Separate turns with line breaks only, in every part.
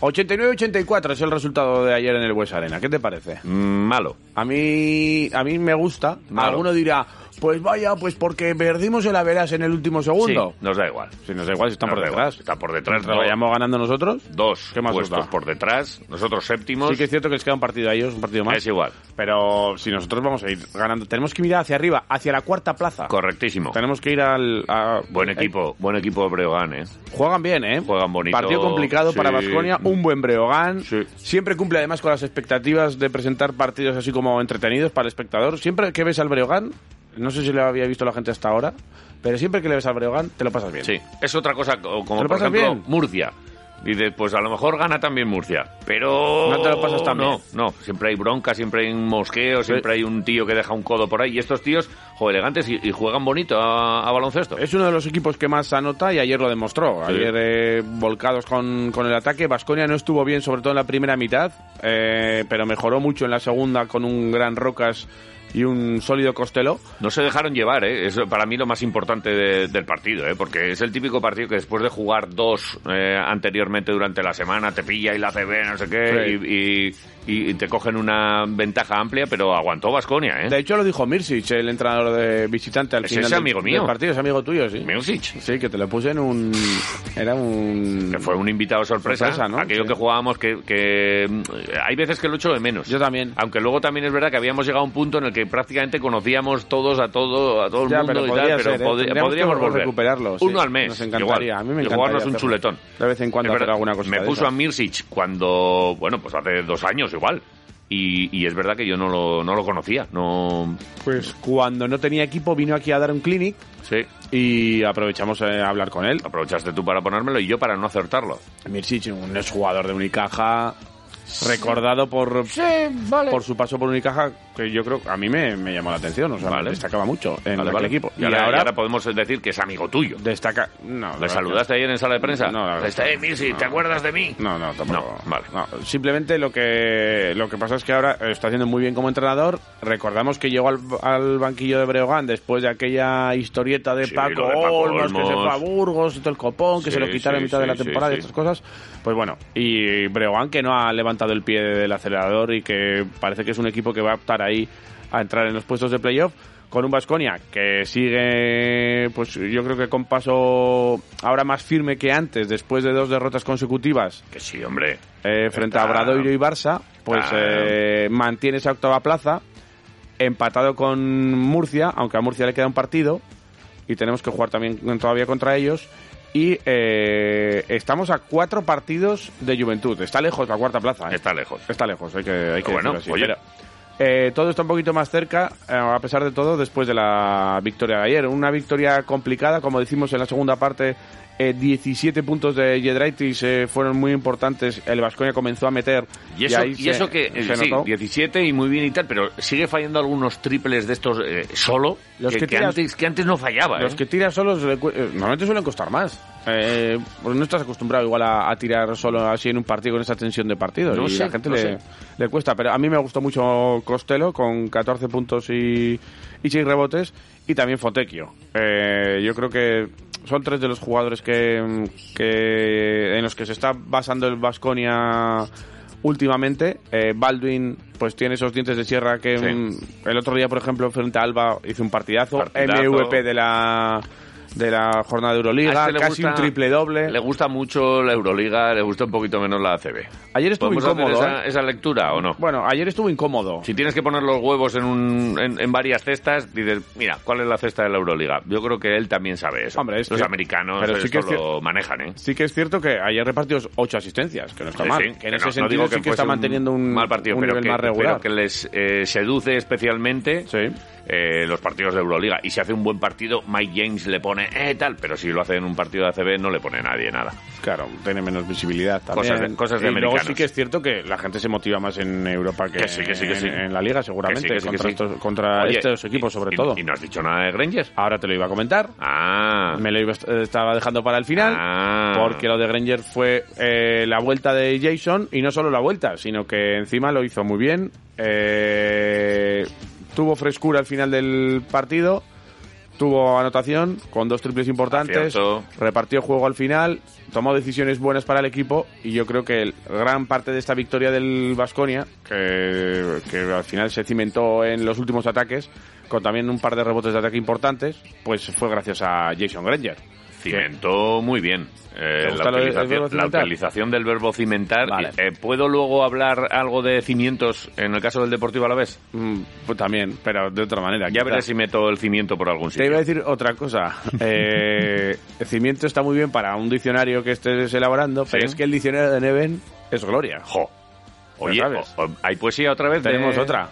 ...89-84 es el resultado de ayer en el West Arena. ¿Qué te parece?
Mm, Malo.
A mí, a mí me gusta.
Malo.
Alguno dirá, pues vaya, pues porque perdimos el Averas en el último segundo.
Sí, nos da igual.
Si nos da igual si están
Nos
por
da igual.
detrás.
Está por detrás.
¿Lo vayamos ganando nosotros?
Dos
¿Qué más os
puestos
da?
por detrás. Nosotros séptimos.
Sí que es cierto que les queda un partido a ellos, un partido más.
Es igual.
Pero si nosotros vamos a ir ganando, tenemos que mirar hacia arriba, hacia la cuarta plaza.
Correctísimo.
Tenemos que ir al... a-
Buen equipo. Buen equipo Breogán, ¿eh?
Juegan bien, ¿eh?
Juegan bonito.
Partido complicado
Sí.
para Vasconia, un buen Breogán.
Sí.
Siempre cumple además con las expectativas de presentar partidos así como entretenidos para el espectador. Siempre que ves al Breogán, no sé si lo había visto la gente hasta ahora, pero siempre que le ves al Breogán te lo pasas bien.
Sí. Es otra cosa co- como,
¿Te lo
por
pasas
ejemplo,
bien?
Murcia. Dices, pues a lo mejor gana también Murcia, pero...
No te lo pasas tan
No,
bien.
no. Siempre hay bronca, siempre hay un mosqueo, siempre hay un tío que deja un codo por ahí. Y estos tíos, jo, elegantes y, y juegan bonito a, a baloncesto.
Es uno de los equipos que más anota y ayer lo demostró.
Sí.
Ayer eh, volcados con, con el ataque. Vasconia no estuvo bien, sobre todo en la primera mitad, eh, pero mejoró mucho en la segunda con un gran Rocas y un sólido Costello.
No se dejaron llevar, ¿eh? Es para mí lo más importante de- del partido, ¿eh? Porque es el típico partido que después de jugar dos eh, anteriormente durante la semana te pilla y la CB, no sé qué, y, y- y te cogen una ventaja amplia, pero aguantó Vasconia, ¿eh?
De hecho, lo dijo Mirsic, el entrenador de visitante al
Ese
final
es
del-
amigo
del
mío.
partido. Es amigo tuyo, sí.
Music.
Sí, que te lo puse en un... Era un...
Que fue un invitado sorpresa,
Sorpresa, ¿no?
aquello
Sí.
que jugábamos que, que, mm, hay veces que lo echo de menos.
Yo también.
Aunque luego también es verdad que habíamos llegado a un punto en el que prácticamente conocíamos todos a todo a todo el
Ya,
mundo
pero
y tal,
podría
pero
ser, ¿eh?
pod-
Tendríamos que
podríamos volver
recuperarlo, sí.
Uno al mes.
Nos encantaría.
igual.
A mí me
Y jugarnos
encantaría
un
hacerlo.
chuletón.
De vez en cuando
Es
hacer
verdad.
alguna cosa
Me
de
puso
esas.
a Mirsic cuando, bueno, pues hace dos años igual. Y, y es verdad que yo no lo, no lo conocía. No.
Pues cuando no tenía equipo vino aquí a dar un clinic
Sí.
y aprovechamos eh, a hablar con él.
Aprovechaste tú para ponérmelo y yo para no acertarlo.
Mirsic, un exjugador de Unicaja recordado por, por su paso por Unicaja, que yo creo a mí me, me llamó la atención, o sea,
Vale.
destacaba mucho en
Vale,
aquel
vale.
equipo.
Y, ahora, y ahora podemos decir que es amigo tuyo.
destaca... No,
¿Le saludaste ayer en sala de prensa?
No, la verdad
Dijiste,
que
"Eh, Mirsi, ¿te
no.
acuerdas de mí?
No, no, tampoco.
No, vale.
No, simplemente lo que, lo que pasa es que ahora está haciendo muy bien como entrenador. Recordamos que llegó al, al banquillo de Breogán después de aquella historieta de,
Sí,
Paco,
lo de Paco
Olmos, que se
Olmos.
fue a Burgos, y todo el copón, que
Sí,
se lo quitaron
sí,
en mitad de
sí,
la
sí,
temporada
sí.
y estas cosas. Pues bueno, y Breogán que no ha levantado el pie del acelerador y que parece que es un equipo que va a optar ahí a entrar en los puestos de playoff con un Vasconia que sigue, pues yo creo que con paso ahora más firme que antes, después de dos derrotas consecutivas
Que sí, hombre.
eh, frente a
Está-
Obradoiro y Barça, pues
está-
eh, mantiene esa octava plaza, empatado con Murcia, aunque a Murcia le queda un partido y tenemos que jugar también todavía contra ellos. Y eh, estamos a cuatro partidos de Juventud. Está lejos la cuarta plaza. ¿eh?
Está lejos.
Está lejos, hay que, hay que
Pero bueno,
decirlo así.
oye.
Pero, eh, todo está un poquito más cerca, eh, a pesar de todo, después de la victoria de ayer. Una victoria complicada, como decimos en la segunda parte, eh, 17 puntos de Yedraitis eh, fueron muy importantes. El Vasconia comenzó a meter.
Y eso,
ahí
y
se-
eso que, eh,
se
sí,
notó.
17 y muy bien y tal, pero sigue fallando algunos triples de estos eh, solo,
Los
que,
que
que
tiras-
antes, que antes no fallaba.
Los
¿eh?
que tiras solos le cu- eh, normalmente suelen costar más. Eh, porque no estás acostumbrado igual a, a tirar solo así en un partido con esa tensión de partido.
No
y
sé,
la gente
no
le,
sé.
le cuesta. Pero a mí me gustó mucho Costello con 14 puntos y, y 6 rebotes. Y también Fotequio. Eh, yo creo que son tres de los jugadores que, que- en los que se está basando el Vasconia últimamente. Eh, Baldwin pues tiene esos dientes de sierra que
Sí.
mm, el otro día, por ejemplo, frente a Alba hizo un partidazo.
Partidazo.
MVP de la de la jornada de Euroliga,
A este le
casi un
gusta-
triple doble.
Le gusta mucho la Euroliga, le gusta un poquito menos la ACB.
Ayer estuvo
¿Podemos hacer
incómodo, ¿eh?
esa, esa lectura o no?
Bueno, ayer estuvo incómodo.
Si tienes que poner los huevos en, un, en, en varias cestas, dices, mira, ¿cuál es la cesta de la Euroliga? Yo creo que él también sabe eso.
Hombre, es
los
que-
americanos
pero sí
esto
que es
lo manejan, ¿eh?
Sí que es cierto que ayer repartió ocho asistencias, que no está
Sí,
mal.
sí,
que en
no-
ese
no
sentido
digo
sí que está
fuese
manteniendo un,
mal partido,
un
pero
nivel
que,
más
pero
regular.
que les eh, seduce especialmente
Sí.
eh, los partidos de Euroliga. Y si hace un buen partido, Mike James le pone eh, tal, pero si lo hace en un partido de ACB no le pone nadie nada.
Claro, tiene menos visibilidad también.
Cosas de- cosas de
y luego
americanos.
sí que es cierto que la gente se motiva más en Europa que,
Que sí, que sí, que sí.
En, en la liga, seguramente,
Que sí, que
contra,
sí, que sí.
estos, contra
Oye,
estos equipos sobre
y-
todo.
Y no has dicho nada de Granger.
Ahora te lo iba a comentar.
Ah,
Me lo iba- eh, estaba dejando para el final.
Ah.
Porque lo de Granger fue eh, la vuelta de Jason. Y no solo la vuelta, sino que encima lo hizo muy bien. Eh, tuvo frescura al final del partido. Tuvo anotación con dos triples importantes.
Acierto.
Repartió juego al final. Tomó decisiones buenas para el equipo. Y yo creo que el- gran parte de esta victoria del Vasconia, que, que al final se cimentó en los últimos ataques, con también un par de rebotes de ataque importantes, pues fue gracias a Jason Granger.
cimentó muy bien.
¿Te
Eh, la,
gusta lo de- el verbo
utilización, la
cimentar?
utilización del verbo cimentar.
Vale.
Eh, ¿Puedo luego hablar algo de cimientos en el caso del Deportivo Alavés?
Mm, pues también, pero de otra manera.
Ya
quizás.
veré si meto el cimiento por algún
Te
sitio.
iba a decir otra cosa. Eh, el cimiento está muy bien para un diccionario que estés elaborando, pero
Sí.
es que el diccionario de Neven es gloria.
Jo.
Lo
Oye,
sabes.
o- o- ¿hay poesía otra vez? de-
Tenemos otra.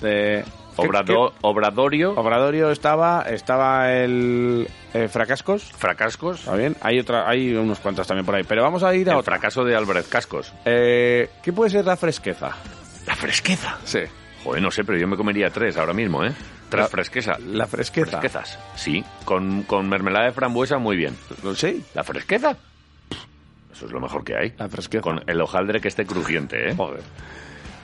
De-
Obrado- obradorio.
¿Qué- qué- Obradorio estaba, estaba el eh, Fracascos.
fracascos.
Está bien. Hay otra, hay unos cuantos también por ahí. Pero vamos a ir a
El
otra.
fracaso de Álvarez Cascos.
Eh, ¿Qué puede ser la fresqueza?
La fresqueza.
Sí.
Joder, no sé, pero yo me comería tres ahora mismo, ¿eh? Tres
La-
fresqueza.
La fresqueza.
Fresquezas. Sí, con, con mermelada de frambuesa muy bien.
Sí.
La fresqueza. Eso es lo mejor que hay.
La fresqueza. Oh.
Con el hojaldre que esté crujiente, ¿eh?
Joder.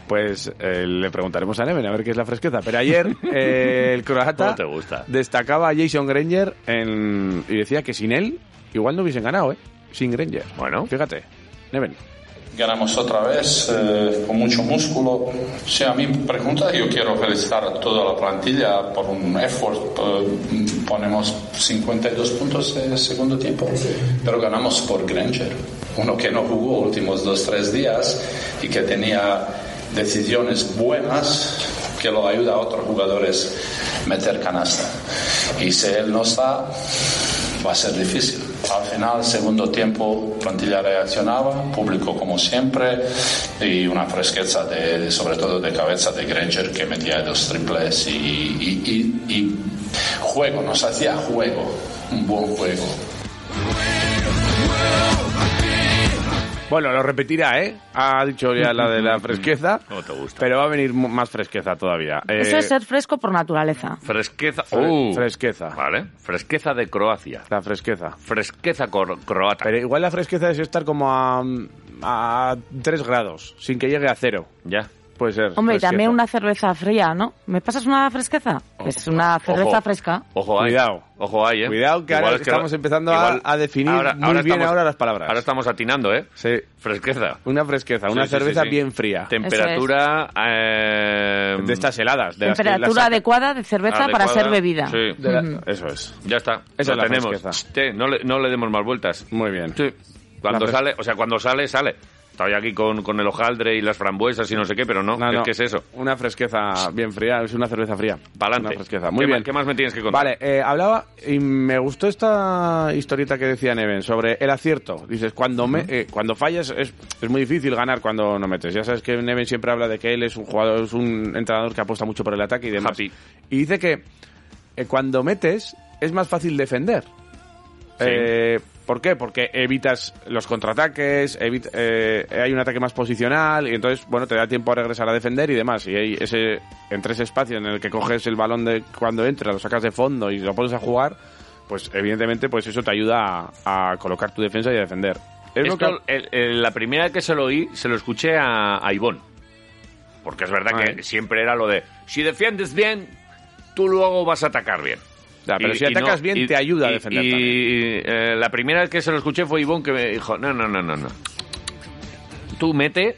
Pues eh, le preguntaremos a Neven a ver qué es la fresqueza. Pero ayer eh, el croata
¿Cómo te gusta?
destacaba a Jason Granger en- y decía que sin él igual no hubiesen ganado, ¿eh? Sin Granger.
Bueno.
Fíjate, Neven.
Ganamos otra vez eh, con mucho músculo. Si a mí me pregunta, yo quiero felicitar a toda la plantilla por un effort. eh, ponemos 52 puntos en el segundo tiempo, pero ganamos por Granger, uno que no jugó últimos dos tres días y que tenía decisiones buenas que lo ayuda a otros jugadores meter canasta. Y si él no está, va a ser difícil. Al final, segundo tiempo, plantilla reaccionaba, público como siempre, y una fresqueza de, de- sobre todo de cabeza de Granger que metía dos triples y, y- y- y juego, nos hacía juego, un buen juego.
Bueno, lo repetirá, ¿eh? Ha dicho ya la de la fresqueza.
No te gusta.
Pero va a venir mu- más fresqueza todavía. Eh,
Eso es ser fresco por naturaleza.
Fresqueza.
fre-
¡Uh!
Fresqueza.
Vale. Fresqueza de Croacia.
La fresqueza.
Fresqueza cor- croata.
Pero igual la fresqueza es estar como a, a 3 grados, sin que llegue a cero.
Ya.
Puede ser.
Hombre, y
fresqueza. Oh,
también una cerveza fría, ¿no? ¿Me pasas una fresqueza? Es una cerveza
Ojo.
fresca.
Ojo ahí.
Cuidado.
Ojo ahí, ¿eh?
Cuidado, que ahora estamos empezando a- a definir muy bien ahora las palabras.
Ahora estamos atinando, ¿eh?
Sí,
Fresqueza.
una fresqueza, una
Sí, sí,
cerveza
sí, sí.
bien fría. Mm.
Temperatura. eh,
De estas heladas. De las que
Temperatura
las-
adecuada de cerveza para
adecuada.
ser bebida.
Sí. Mm.
de la- Eso es.
Ya está.
Esa
lo
es la
tenemos.
fresqueza.
Che, no, le, no le demos más vueltas.
Muy bien.
Sí. Cuando
La fres-
sale, o sea, cuando sale, sale. Estoy aquí con, con el hojaldre y las frambuesas y no sé qué, pero no,
No,
es
no,
que es eso.
Una fresqueza bien fría, es una cerveza fría.
Pa'lante.
Una fresqueza, muy
¿Qué
bien.
más- qué más me tienes que contar?
Vale, eh, hablaba y me gustó esta historieta que decía Neven sobre el acierto. Dices, cuando me, eh, cuando fallas es, es muy difícil ganar cuando no metes. Ya sabes que Neven siempre habla de que él es un jugador, es un entrenador que apuesta mucho por el ataque y demás.
Happy.
Y dice que eh, cuando metes es más fácil defender.
Sí.
Eh, ¿Por qué? Porque evitas los contraataques, evit- eh, hay un ataque más posicional y entonces, bueno, te da tiempo a regresar a defender y demás. Y hay ese, entre ese espacio en el que coges el balón de cuando entra, lo sacas de fondo y lo pones a jugar, pues evidentemente pues eso te ayuda a, a colocar tu defensa y a defender. Es lo
Esto,
que-
el- el- la primera vez que se lo oí, se lo escuché a, a Ivón. Porque es verdad
Ah,
que
¿eh?
siempre era lo de, si defiendes bien, tú luego vas a atacar bien.
Ya, pero si atacas bien, te ayuda a defender
Y,
también.
eh, la primera vez que se lo escuché fue Ivón que me dijo, no, no, no, no, no. Tú mete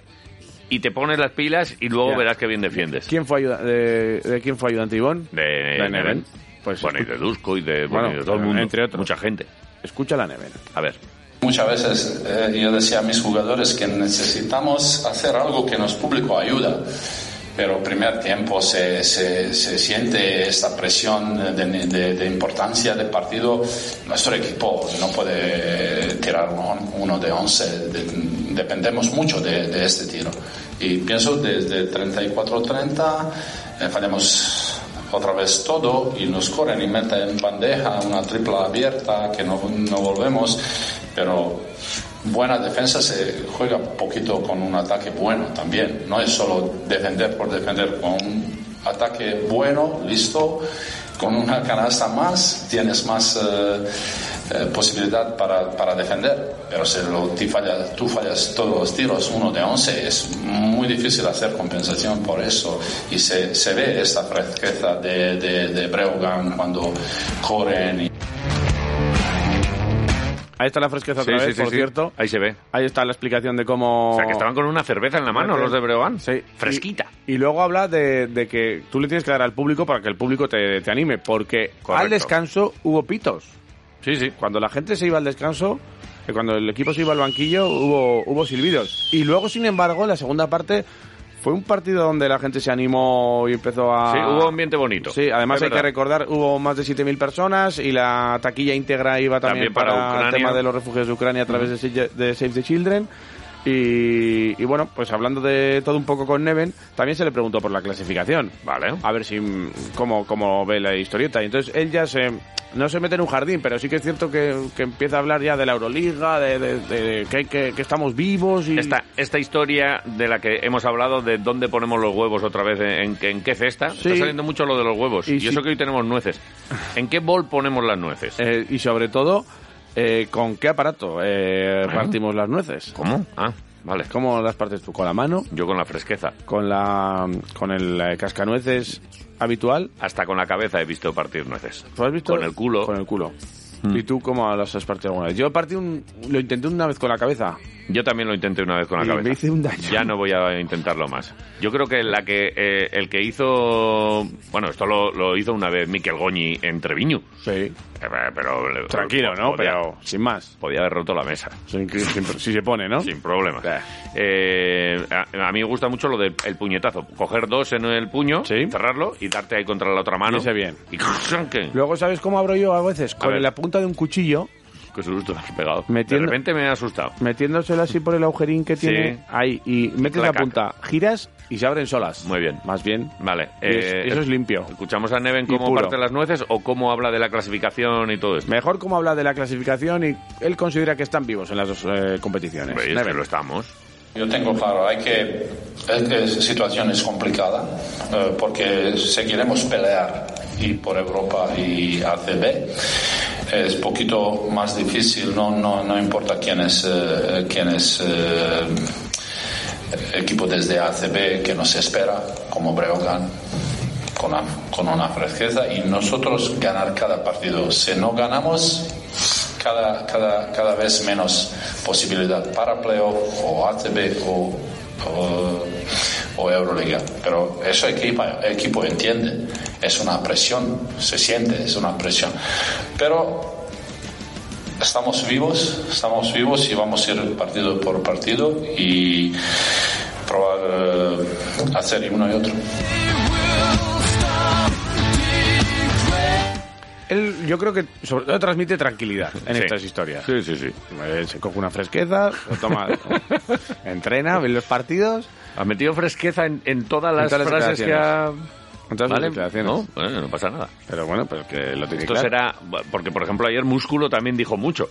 y te pones las pilas y luego
Ya.
verás que bien defiendes.
¿Quién fue ayuda- de, de quién fue ayudante Ivón?
De,
De Neven. Pues
bueno, y
escu-
de Dusko y de, bueno,
Bueno,
y de todo el mundo.
entre otros.
Mucha gente.
escucha la nevera.
A ver.
Muchas veces eh, yo decía a mis jugadores que necesitamos hacer algo que nos público ayuda, pero primer tiempo se, se- se siente esta presión de, de- de importancia del partido. Nuestro equipo no puede tirar un- uno de 11, de- dependemos mucho de, de este tiro. Y pienso desde 34-30 eh, fallamos otra vez todo y nos corren y meten en bandeja una tripla abierta que no, no volvemos, pero buena defensa se juega un poquito con un ataque bueno también, no es solo defender por defender, con un ataque bueno, listo, con una canasta más tienes más eh, eh, posibilidad para, para defender, pero si lo, ti fallas- tú fallas todos los tiros, uno de 11, es muy difícil hacer compensación por eso y se, se ve esta fresqueza de, de, de Breugan cuando corren y
Ahí está la fresqueza otra vez, por cierto.
Ahí se ve.
Ahí está la explicación de cómo...
O sea, que estaban con una cerveza en la mano los de Breogán.
Oh. Sí.
Fresquita.
Y luego habla de, de que tú le tienes que dar al público para que el público te, te anime, porque al
Correcto.
descanso hubo pitos.
Sí, sí.
Cuando la gente se iba al descanso, eh, cuando el equipo se iba al banquillo, hubo, hubo silbidos. Y luego, sin embargo, la segunda parte fue un partido donde la gente se animó y empezó a...
Sí, hubo ambiente bonito.
Ah. Sí, además
Es
hay que
verdad.
recordar, hubo más de 7.000 personas y la taquilla íntegra iba también,
También para
el
Ucrania.
tema de los refugiados de Ucrania a través de Save- de Save the Children. Y, y bueno, pues hablando de todo un poco con Neven, también se le preguntó por la clasificación.
Vale.
A ver si mm, cómo, cómo ve la historieta. Y entonces él ya se no se mete en un jardín, pero sí que es cierto que, que empieza a hablar ya de la Euroliga, de, de- de que, hay que- que estamos vivos y
Esta, esta historia de la que hemos hablado, de dónde ponemos los huevos otra vez, en, en qué cesta, está saliendo mucho lo de los huevos.
Y
Y,
sí.
eso que hoy tenemos nueces. ¿En qué bol ponemos las nueces?
eh, y sobre todo eh, con qué aparato eh, partimos las nueces.
¿Cómo? Ah, vale.
¿Cómo las partes tú? ¿Con la mano?
Yo con la fresqueza.
¿Con la con el eh, cascanueces habitual?
Hasta con la cabeza he visto partir nueces.
¿Tú has visto?
Con el culo. Mm.
Con el culo. ¿Y tú cómo las has partido alguna vez? Yo partí un, lo intenté una vez con la cabeza.
Yo también lo intenté una vez con la
Y
cabeza.
me hice un daño.
Ya no voy a intentarlo más. Yo creo que la que eh, el que hizo... Bueno, esto lo, lo hizo una vez Miquel Goñi en Treviño.
Sí.
Eh, Pero...
Tranquilo, ¿no?
Podía-
Pero sin más.
podía haber roto la mesa.
Sin- sin- si se pone, ¿no?
Sin problema.
Claro.
Eh, a, a mí me gusta mucho lo del el puñetazo. Coger dos en el puño,
Sí.
cerrarlo y darte ahí contra la otra mano.
Y ese bien.
Y ¡cranque!
Luego, ¿sabes cómo abro yo a veces? Con
ver.
la punta de un cuchillo,
Qué susto, has pegado.
Metiendo-
De repente me he asustado.
metiéndoselo así por el agujerín que
Sí.
tiene ahí, y metes la
Clacac.
punta, giras y se abren solas.
Muy bien.
Más bien.
Vale.
Y es-
eh,
eso es limpio.
¿Escuchamos a Neven
Y
cómo
puro.
parte las nueces o cómo habla de la clasificación y todo esto?
Mejor como habla de la clasificación y él considera que están vivos en las dos eh, competiciones.
Veis que
Neven.
lo estamos.
Yo tengo claro, hay que. La situación es complicada eh, porque seguiremos pelear y por Europa y ACB. Es poquito más difícil, no, no, no importa quién es, eh, quién es eh, equipo desde ACB que nos espera, como Breogan, con, la- con una fresqueza y nosotros ganar cada partido. Si no ganamos, cada, cada, cada vez menos posibilidad para playoff o ACB o, o, o Euroliga. Pero eso el equipo, el equipo entiende, es una presión, se siente, es una presión. Pero estamos vivos, estamos vivos y vamos a ir partido por partido y probar eh, hacer uno y otro.
Él, yo creo que sobre todo transmite tranquilidad en
Sí.
estas historias.
Sí, sí, sí.
Eh, Se coge una fresqueza, lo toma, entrena, ve los partidos.
Has metido fresqueza en, en todas las
todas las
frases que ha...
en todas sus
¿Vale?
declaraciones.
No, bueno, no pasa nada.
Pero bueno, pues que lo tiene
Esto
claro.
será... Porque, por ejemplo, ayer Músculo también dijo mucho.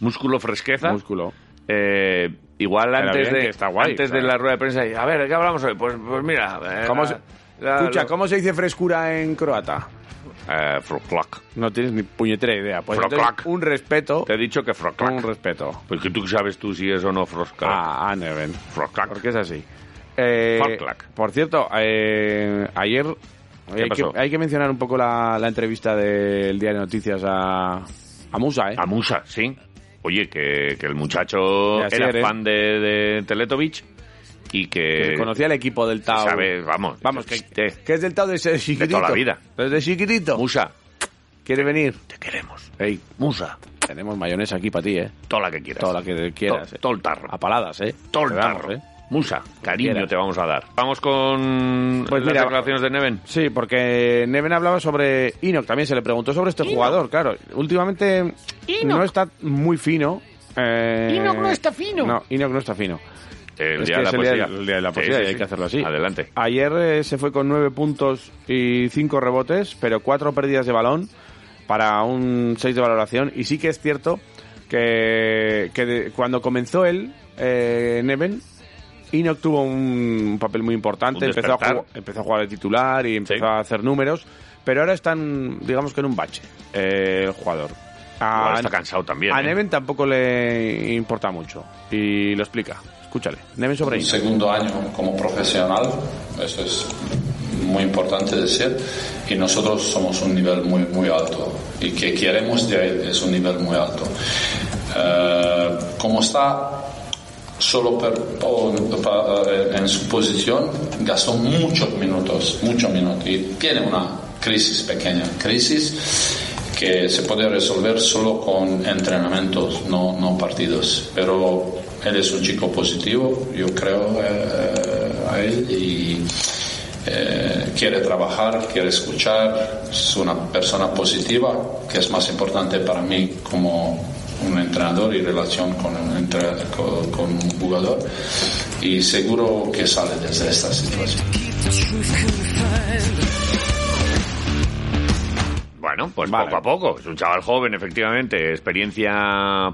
Músculo, fresqueza...
músculo.
Eh, igual
Pero
antes,
bien, que
de,
está guay,
antes
claro.
de la rueda de prensa, y, a ver, ¿de ¿qué hablamos hoy? Pues, pues mira. eh,
¿Cómo se-
la-
Escucha,
lo-
¿cómo se dice frescura en croata?
Eh, froclac.
No tienes ni puñetera idea. Pues
Froclac.
entonces, un respeto,
Te he dicho que froclac.
un respeto
Pues que tú sabes tú si es o no frosca.
a, a Neven.
Froclac.
Porque es así. Eh,
Froclac.
por cierto, eh, ayer hay que,
pasó?
hay que mencionar un poco la, la entrevista del Diario Noticias a, a Musa, ¿eh?
A Musa, sí. Oye, que, que el muchacho
De
era
Asier, ¿eh?
fan de, de Teletovich y que.
Que conocía el equipo del Tau.
sabe, vamos,
Vamos, que,
este-
que es del Tau desde chiquitito.
la vida.
Desde chiquitito.
Musa,
¿Quiere venir?
Te queremos. Ey, Musa,
Tenemos mayonesa aquí para ti, ¿eh?
toda la que quieras.
Toda la que quieras.
To-
eh.
todo el tarro.
A paladas, ¿eh?
Todo el
Te damos,
tarro.
¿eh?
Musa, cariño
quieras.
te vamos a dar. Vamos con
Pues
las
mira-
declaraciones de Neven.
Sí, porque Neven hablaba sobre Inok, también se le preguntó sobre este jugador, claro. Últimamente
Enoch.
no está muy fino. Eh,
Enoch no está fino.
No, Inok no está fino.
Eh,
Es
ya
que
la
es el día de-
poesía.
el día de la
Sí,
poesía
sí,
y hay
sí.
que hacerlo así.
Adelante.
Ayer eh, se fue con nueve puntos y cinco rebotes, pero cuatro pérdidas de balón para un 6 de valoración. Y sí que es cierto que, que de- cuando comenzó él, eh, Neven, Enoch tuvo un papel muy importante.
Un
Empezó a,
despertar.
ju- empezó a jugar de titular y empezó
Sí.
a hacer números, pero ahora están, digamos que en un bache, eh, el jugador. A-
Igual está cansado también.
a
¿eh?
Neven tampoco le importa mucho y lo explica. Escúchale, Neven sobre
Mi
Enoch.
segundo año como profesional, eso es muy importante decir, y nosotros somos un nivel muy, muy alto, y que queremos de él es un nivel muy alto. Eh, como está solo per- o- pa- eh, en su posición, gastó muchos minutos, muchos minutos, y tiene una crisis pequeña, crisis que se puede resolver solo con entrenamientos, no, no partidos. Pero él es un chico positivo, yo creo eh, a él y eh, quiere trabajar, quiere escuchar, es una persona positiva, que es más importante para mí como un entrenador y relación con un, entre- con- con un jugador y seguro que sale desde esta situación.
Bueno, pues
Vale.
poco a poco. Es un chaval joven, efectivamente. Experiencia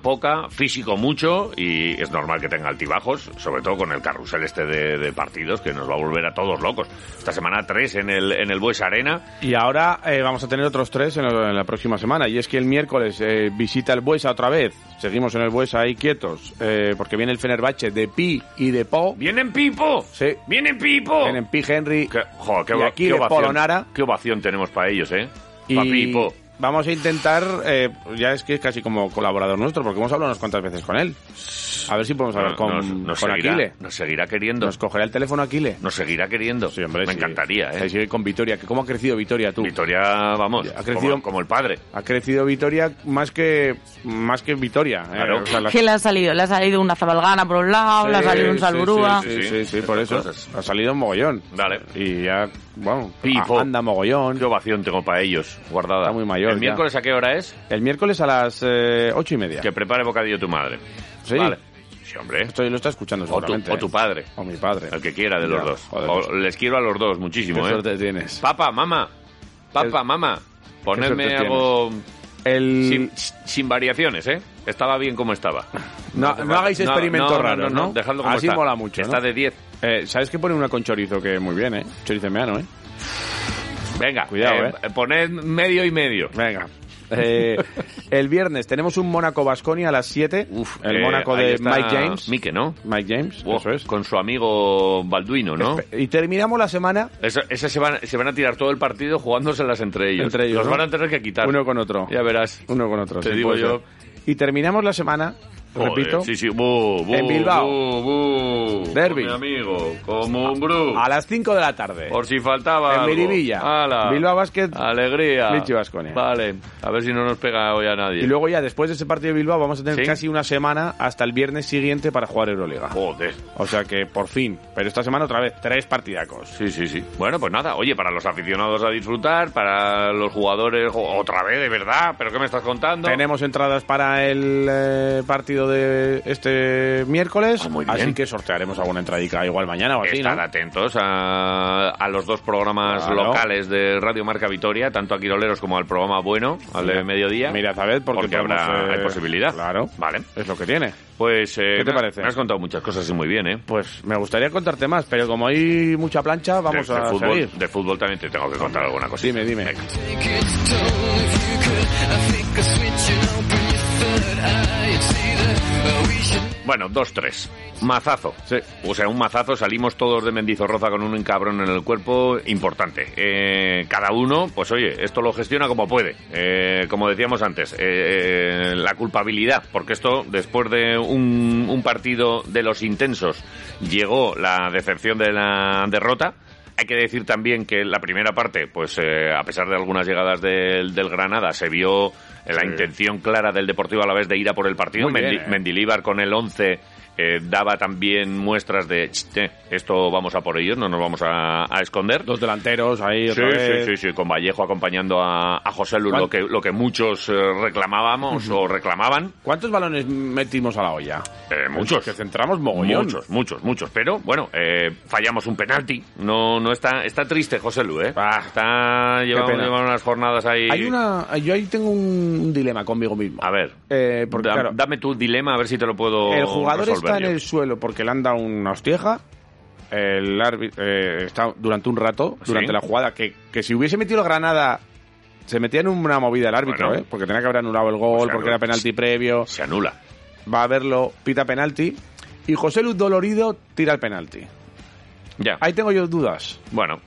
poca, físico mucho y es normal que tenga altibajos, sobre todo con el carrusel este de, de partidos que nos va a volver a todos locos. Esta semana tres en el, en el Bues Arena.
Y ahora eh, vamos a tener otros tres en, lo- en la próxima semana. Y es que el miércoles eh, visita el Buesa otra vez. Seguimos en el Buesa ahí quietos. eh, porque viene el Fenerbahce de Pi y de Po.
¡Vienen Pipo!
Sí.
¡Vienen Pipo!
Vienen Pi Henry.
Qué- jo, qué,
y
va-
aquí
qué
de
ovación,
Polo Nara.
Qué ovación tenemos para ellos, ¿eh?
Y
Pa' Pipo.
Vamos a intentar, eh, ya es que es casi como colaborador nuestro, porque hemos hablado unas cuantas veces con él. A ver si podemos hablar con,
nos, nos
con
seguirá,
Aquile.
nos seguirá queriendo.
Nos
Nos,
cogerá el teléfono Aquile.
seguirá queriendo.
Sí, hombre,
Me
sí.
encantaría, ¿eh?
Sí, sí, con Vitoria. que ¿Cómo ha crecido Vitoria tú?
Victoria, vamos,
Ha crecido-
como- como el padre.
Ha crecido Vitoria más que más que Vitoria. eh.
Claro.
O sea, las-
Que le ha salido, le ha salido una zabalgana por un lado, le ha
Sí,
salido un
sí,
salburúa.
Sí, sí, sí, sí, sí,
Esas
por eso.
cosas.
Ha salido un mogollón.
Dale.
Y ya, bueno,
Pipo.
a- anda mogollón.
Qué ovación tengo para ellos, guardada.
Está muy mayor,
¿El
ya.
miércoles a qué hora es?
El miércoles a las eh, ocho y media.
Que prepare bocadillo tu madre.
Sí.
Vale. Sí, hombre.
Esto lo está escuchando
O tu,
seguramente.
o tu
¿eh?
padre.
O mi padre.
El que quiera de los
Ya,
dos.
joder, pues,
O- les quiero a los dos
qué
muchísimo, ¿eh?
suerte tienes.
Papa, mamá. Papa,
Qué-
mamá. Ponedme
suerte
algo
El-
sin, sin variaciones, ¿eh? Estaba bien como estaba.
No,
hace
no
falta-
hagáis experimentos
no, no,
raros, ¿no?
Dejadlo como
Así
está.
mola mucho,
Está
¿no?
de 10.
Eh, ¿Sabes que pone una con chorizo que muy bien, eh? Chorizo meano, eh.
Venga,
Cuidado,
eh, Poned medio y medio.
Venga. Eh, el viernes tenemos un Mónaco Basconia a las 7.
Uf,
el
eh,
Mónaco
ahí
de
está
Mike James.
Mike, ¿no?
Mike James,
Wow,
eso es.
Con su amigo Balduino, ¿no?
Espe- Y terminamos la semana
Eso- esas se van, se van a tirar todo el partido jugándoselas entre ellos.
Entre ellos,
Los
¿no?
van a tener que quitar.
uno con otro.
Ya verás.
Uno con otro.
Te
sí,
digo
puede
yo.
ser. Y terminamos la semana,
Joder,
repito,
Sí, sí. Bu, bu,
En Bilbao.
bu, bu.
Derbi.
Como Mi amigo, como un bru.
a las 5 de la tarde.
Por si faltaba.
En
algo.
Miribilla.
Ala.
Bilbao Basket,
Alegría.
Leche Baskonia.
Vale. A ver si no nos pega hoy a nadie.
Y luego ya después de ese partido de Bilbao vamos a tener
¿Sí?
casi una semana hasta el viernes siguiente para jugar Euroliga.
Joder.
O sea que por fin. Pero esta semana otra vez, tres partidacos.
Sí, sí, sí. Bueno, pues nada, oye, para los aficionados a disfrutar, para los jugadores, jo- otra vez, de verdad, pero ¿qué me estás contando?
Tenemos entradas para el eh, partido de este miércoles.
Ah, muy bien.
así que sortearemos alguna entradica igual mañana o así, ¿no?
Estad atentos a, a los dos programas
Claro.
locales de Radio Marca Vitoria, tanto a Quiroleros como al programa Bueno, al de mediodía.
Mira, a ver, porque,
porque
podemos,
habrá
eh,
hay posibilidad.
Claro.
Vale.
Es lo que tiene.
Pues, eh,
¿Qué te
me-
parece?
Me has contado muchas cosas y muy bien, ¿eh?
Pues me gustaría contarte más, pero como hay mucha plancha, vamos
de, de
a
fútbol,
seguir.
de fútbol también te tengo que contar alguna cosa.
Dime, dime.
Take its toll if you could. I think I switch and open your third eye and see that uh, we should.
Bueno, 2-3. Mazazo.
Sí.
O sea, un mazazo. Salimos todos de Mendizorroza con un cabrón en el cuerpo importante. Eh, cada uno, pues oye, esto lo gestiona como puede. Eh, como decíamos antes, eh, eh, la culpabilidad. Porque esto, después de un, un partido de los intensos, llegó la decepción de la derrota. hay que decir también que la primera parte, pues eh, a pesar de algunas llegadas del, del Granada, se vio la intención clara del Deportivo a la vez de ir a por el partido.
Muy bien,
Mendi-
eh.
Mendilíbar con el 11 eh, daba también muestras de "Ch, eh, esto vamos a por ellos, no nos vamos a, a esconder.
Dos delanteros ahí
Sí,
otra vez.
sí, sí, sí, con Vallejo acompañando a, a José Luis,
¿Cuán-
lo que, lo que muchos eh, reclamábamos o reclamaban.
¿Cuántos balones metimos a la olla?
Eh, muchos.
Que centramos mogollón.
Muchos, muchos, muchos. Pero bueno, eh, fallamos un penalti. No, no está, está triste José Lu, ¿eh?
Ah,
está llevamos,
pena.
llevan unas jornadas ahí.
Hay una, yo ahí tengo un dilema conmigo mismo.
A ver,
Eh, porque,
da-
claro,
dame tu dilema a ver si te lo puedo.
el jugador
resolver
está en
yo.
el suelo porque le han dado una hostieja. El árbitro eh, está durante un rato,
Sí.
durante la jugada, que, que si hubiese metido la granada, se metía en una movida el árbitro,
Bueno. Pues
¿eh? porque tenía que haber anulado el gol,
O sea,
porque
no-
era penalti previo.
Se anula.
Va a verlo, pita penalti. Y José Luz Dolorido tira el penalti.
Ya.
Ahí tengo yo dudas.
Bueno,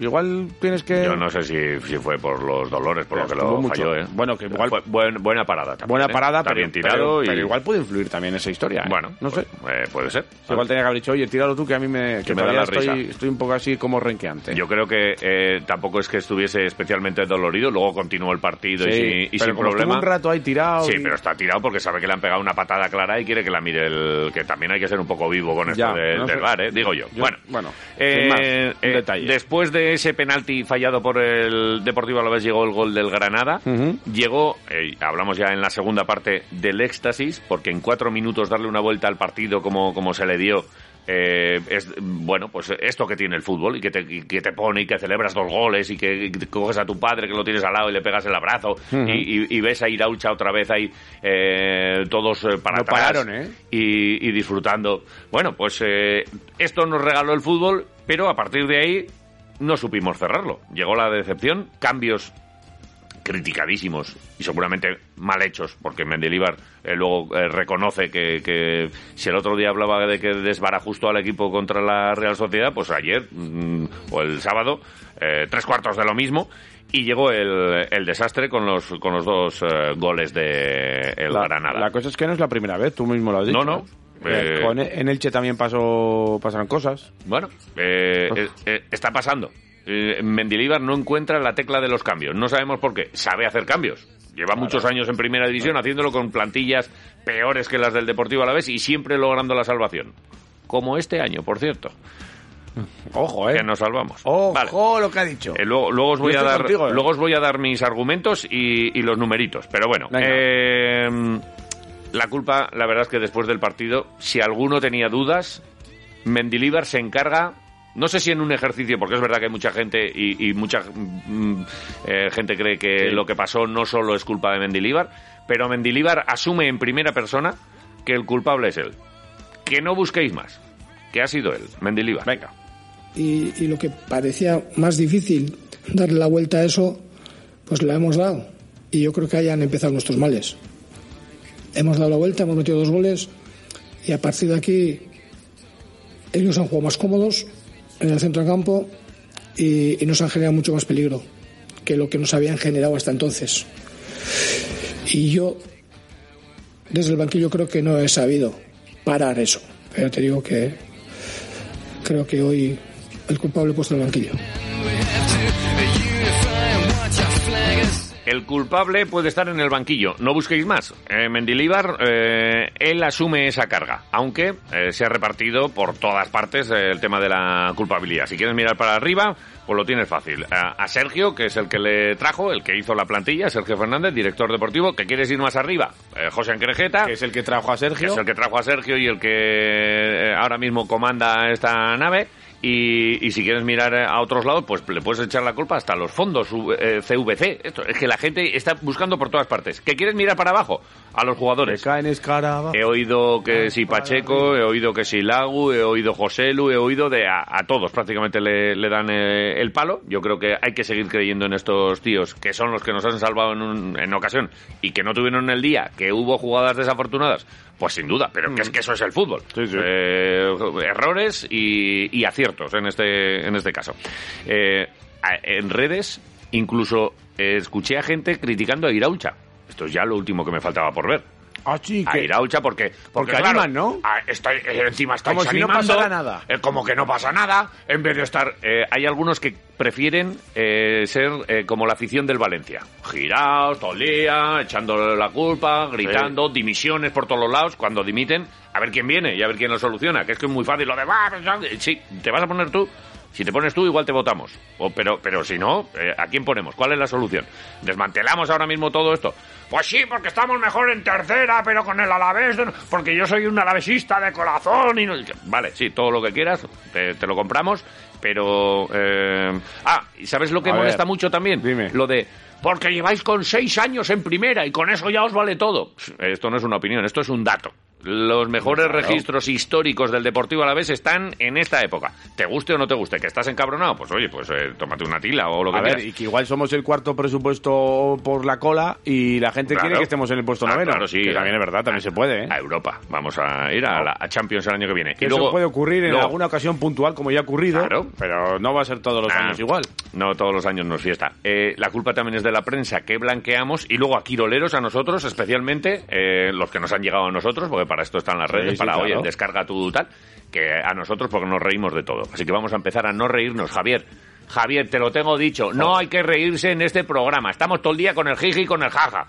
Igual tienes que.
yo no sé si, si fue por los dolores, por lo que lo
Eh, Estuvo mucho.
falló, ¿eh?
Bueno, que igual-
Fue buen- buena parada también.
Buena
¿eh?
parada,
Está
pero,
bien tirado
pero-
y.
pero igual puede influir también esa historia. ¿eh?
Bueno,
no sé.
pues, eh, puede ser.
Igual tenía que haber dicho, oye, tíralo tú, que a mí me, que
me da
todavía
la
estoy,
risa.
estoy un poco así como renqueante.
Yo creo que eh, tampoco es que estuviese especialmente dolorido, luego continuó el partido y,
Sí,
sin- y
pero
sin
como estuvo
problema.
un rato ahí tirado.
Sí,
y-
pero está tirado porque sabe que le han pegado una patada clara y quiere que la mire el... Que también hay que ser un poco vivo con esto
Ya,
de-
no
del
sé.
bar, ¿eh? Digo yo.
Yo-
bueno,
bueno,
eh,
sin más, un
eh,
detalle.
después de ese penalti fallado por el Deportivo Alavés llegó el gol del Granada.
Ujú.
Llegó, eh, hablamos ya en la segunda parte del éxtasis, porque en cuatro minutos darle una vuelta al partido como, como se le dio... eh, es bueno pues esto que tiene el fútbol y que te, y que te pone y que celebras dos goles y que, y que coges a tu padre que lo tienes al lado y le pegas el abrazo y, y- y ves a Iraucha otra vez ahí eh, todos eh, para
No
atrás
pararon, ¿eh?
y, y disfrutando. Bueno, pues eh, esto nos regaló el fútbol, pero a partir de ahí no supimos cerrarlo. Llegó la decepción, cambios criticadísimos y seguramente mal hechos, porque Mendilibar eh, luego eh, reconoce que, que si el otro día hablaba de que desbarajustó al equipo contra la Real Sociedad, pues ayer mm, o el sábado, eh, tres cuartos de lo mismo. Y llegó el, el desastre con los, con los dos eh, goles de el
la,
Granada.
la cosa es que no es la primera vez, tú mismo lo has dicho.
No, no.
¿eh?
Eh,
Con- en Elche también pasó, pasaron cosas.
Bueno, eh, eh, eh, está pasando. Eh, Mendilibar no encuentra la tecla de los cambios. No sabemos por qué. Sabe hacer cambios. Lleva muchos años en primera división haciéndolo con plantillas peores que las del Deportivo a la vez y siempre logrando la salvación. Como este año, por cierto,
Ojo, ¿eh?
que nos salvamos.
Ojo
Vale.
lo que ha dicho.
Eh, luego, luego os voy
Yo
a
estoy
dar,
contigo, eh.
luego os voy a dar mis argumentos y, y los numeritos. Pero bueno,
Venga.
eh, la culpa, la verdad es que después del partido, si alguno tenía dudas, Mendilibar se encarga. No sé si en un ejercicio, porque es verdad que hay mucha gente y, y mucha mm, eh, gente cree que lo que pasó no solo es culpa de Mendilibar, pero Mendilibar asume en primera persona que el culpable es él. Que no busquéis más, que ha sido él, Mendilibar.
Venga.
y, y lo que parecía más difícil darle la vuelta a eso, pues la hemos dado. Y yo creo que hayan empezado nuestros males. Hemos dado la vuelta, hemos metido dos goles y a partir de aquí ellos han jugado más cómodos en el centro del campo y, y nos han generado mucho más peligro que lo que nos habían generado hasta entonces. Y yo desde el banquillo creo que no he sabido parar eso. Pero te digo que creo que hoy el culpable puesto en el banquillo.
El culpable puede estar en el banquillo, no busquéis más. Eh, Mendilibar, eh, él asume esa carga, aunque eh, se ha repartido por todas partes eh, el tema de la culpabilidad. Si quieres mirar para arriba, pues lo tienes fácil. A, a Sergio, que es el que le trajo, el que hizo la plantilla, Sergio Fernández, director deportivo, que quieres ir más arriba, Eh, José Anquerejeta,
Que es el que trajo a
que
Sergio.
es el que trajo a Sergio y el que eh, ahora mismo comanda esta nave. Y, y si quieres mirar eh, a otros lados, pues le puedes echar la culpa hasta los fondos u- eh, CVC. Esto, es que la gente está buscando por todas partes. ¿Qué quieres mirar para abajo? A los
Le
jugadores.
caen escaraba.
He oído que si Pacheco, he oído que si Lagu, he oído Joselu, he oído de a, a todos prácticamente le, le dan eh, el palo. Yo creo que hay que seguir creyendo en estos tíos que son los que nos han salvado en, un- en ocasión y que no tuvieron el día, que hubo jugadas desafortunadas. Pues sin duda, pero que es que eso es el fútbol.
Mm. Sí, sí.
Eh, errores y, y aciertos en este, en este caso. Eh, a- en redes incluso eh, escuché a gente criticando a Iraucha. Esto es ya lo último que me faltaba por ver.
Ah, sí,
a
que-
Iraucha porque
Porque
claro,
animan, ¿no?
a- está- eh, encima estáis
Como si no
animando,
pasara nada.
eh, como que no pasa nada en vez de estar eh, hay algunos que prefieren eh, ser eh, como la afición del Valencia giraos todo el día echándole la culpa gritando dimisiones por todos los lados cuando dimiten a ver quién viene y a ver quién lo soluciona que es que es muy fácil lo de "Bah, pues, ah", sí te vas a poner tú si te pones tú, igual te votamos. O, pero, pero si no, eh, ¿a quién ponemos? ¿Cuál es la solución? ¿Desmantelamos ahora mismo todo esto? Pues sí, porque estamos mejor en tercera, pero con el Alavés, no- porque yo soy un alavesista de corazón y no... Vale, sí, todo lo que quieras, te, te lo compramos, pero... eh, Ah, ¿y sabes lo que
A ver,
molesta mucho también?
dime.
Lo de... Porque lleváis con seis años en primera y con eso ya os vale todo. Esto no es una opinión, esto es un dato. Los mejores
Claro.
registros registros históricos del Deportivo a la vez están en esta época. Te guste o no te guste, que estás encabronado, pues oye, pues eh, tómate una tila o lo que
A ver,
quieras.
y que igual somos el cuarto presupuesto por la cola y la gente
Claro.
quiere que estemos en el puesto
Ah,
noveno.
claro, sí.
Que también es verdad, también se puede, ¿eh?
A Europa. Vamos a ir a, la- a Champions el año que viene.
Oh. Que
y luego
eso puede ocurrir en
luego-
alguna ocasión puntual, como ya ha ocurrido,
Claro.
pero no va a ser todos los
Ah,
años igual.
No, todos los años no es fiesta. Eh, la culpa también es de la prensa que blanqueamos y luego a quiroleros, a nosotros especialmente, eh, los que nos han llegado a nosotros, porque para esto están las
Sí,
redes,
sí,
para,
claro.
oye, descarga tu tal, que a nosotros porque nos reímos de todo. Así que vamos a empezar a no reírnos, Javier. Javier, te lo tengo dicho, no hay que reírse en este programa. Estamos todo el día con el jiji y con el jaja.